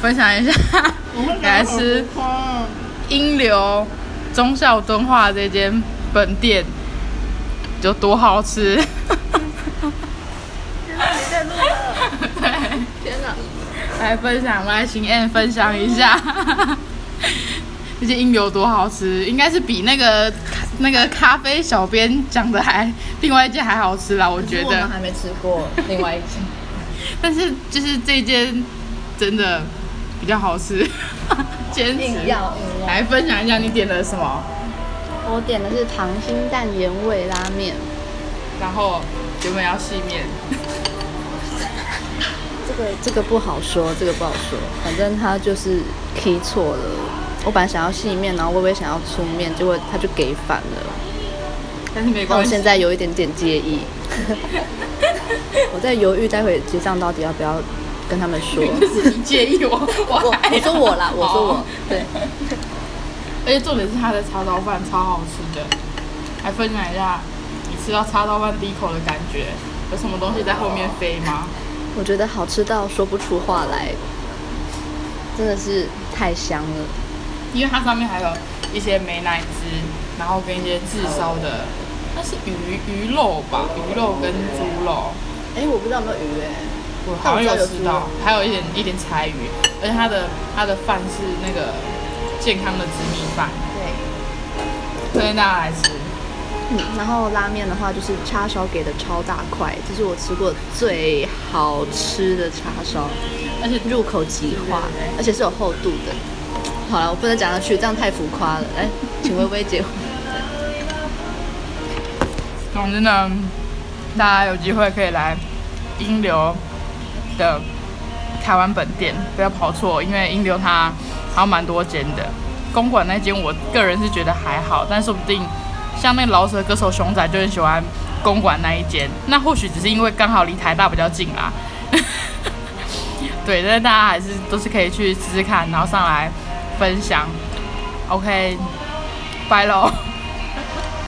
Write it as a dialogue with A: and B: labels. A: 分享一下，来吃英流忠孝敦化这间本店有多好吃。对，
B: 天哪！
A: 来分享，我来请 Ann 分享一下，这些英流多好吃，应该是比那个那个咖啡小编讲的还另外一件还好吃啦，我觉
B: 我
A: 得
B: 们。还没吃过另外一间，
A: 但是就是这间真的比较好吃，坚持
B: 硬要硬要
A: 来分享一下你点的什么，
B: 我点的是溏心蛋原味拉面，
A: 然后原本要细面，
B: 这个这个不好说，这个不好说，反正他就是 key 错了。我本来想要细面，然后微微想要粗面，结果他就给反了，
A: 但是没
B: 让我
A: 关系
B: 现，在有一点点介 意。我在犹豫，待会结账到底要不要跟他们说。
A: 就是你介意我，我
B: 我
A: 还
B: 我哦说我啦，我说我
A: 好，
B: 对，
A: 而且重点是它的叉烧饭超好吃的，来分享一下你吃到叉烧饭第一口的感觉，有什么东西在后面飞吗？
B: 我觉得好吃到说不出话来，真的是太香了。
A: 因为它上面还有一些美乃滋，然后跟一些炙烧的，那是鱼鱼肉吧，鱼肉跟猪肉。
B: 哎，我不知道有没有鱼哎。
A: 我好像有吃到，还有一点一点柴鱼，而且它的它的饭是那个健康的紫米饭，
B: 对。
A: 推荐大家来吃。
B: 嗯，然后拉面的话就是叉烧给的超大块，这是我吃过最好吃的叉烧，
A: 而且
B: 入口即化，而且是有厚度的。好了，我不能讲下去，这样太浮夸了。哎，请薇薇姐，
A: 总之呢，大家有机会可以来英流的台湾本店，不要跑错，因为英流它还有蛮多间的。公馆那间我个人是觉得还好，但说不定像那个老舍歌手熊仔就很喜欢公馆那一间，那或许只是因为刚好离台大比较近啦。 对，但是大家还是都是可以去试试看，然后上来分享。OK，拜喽。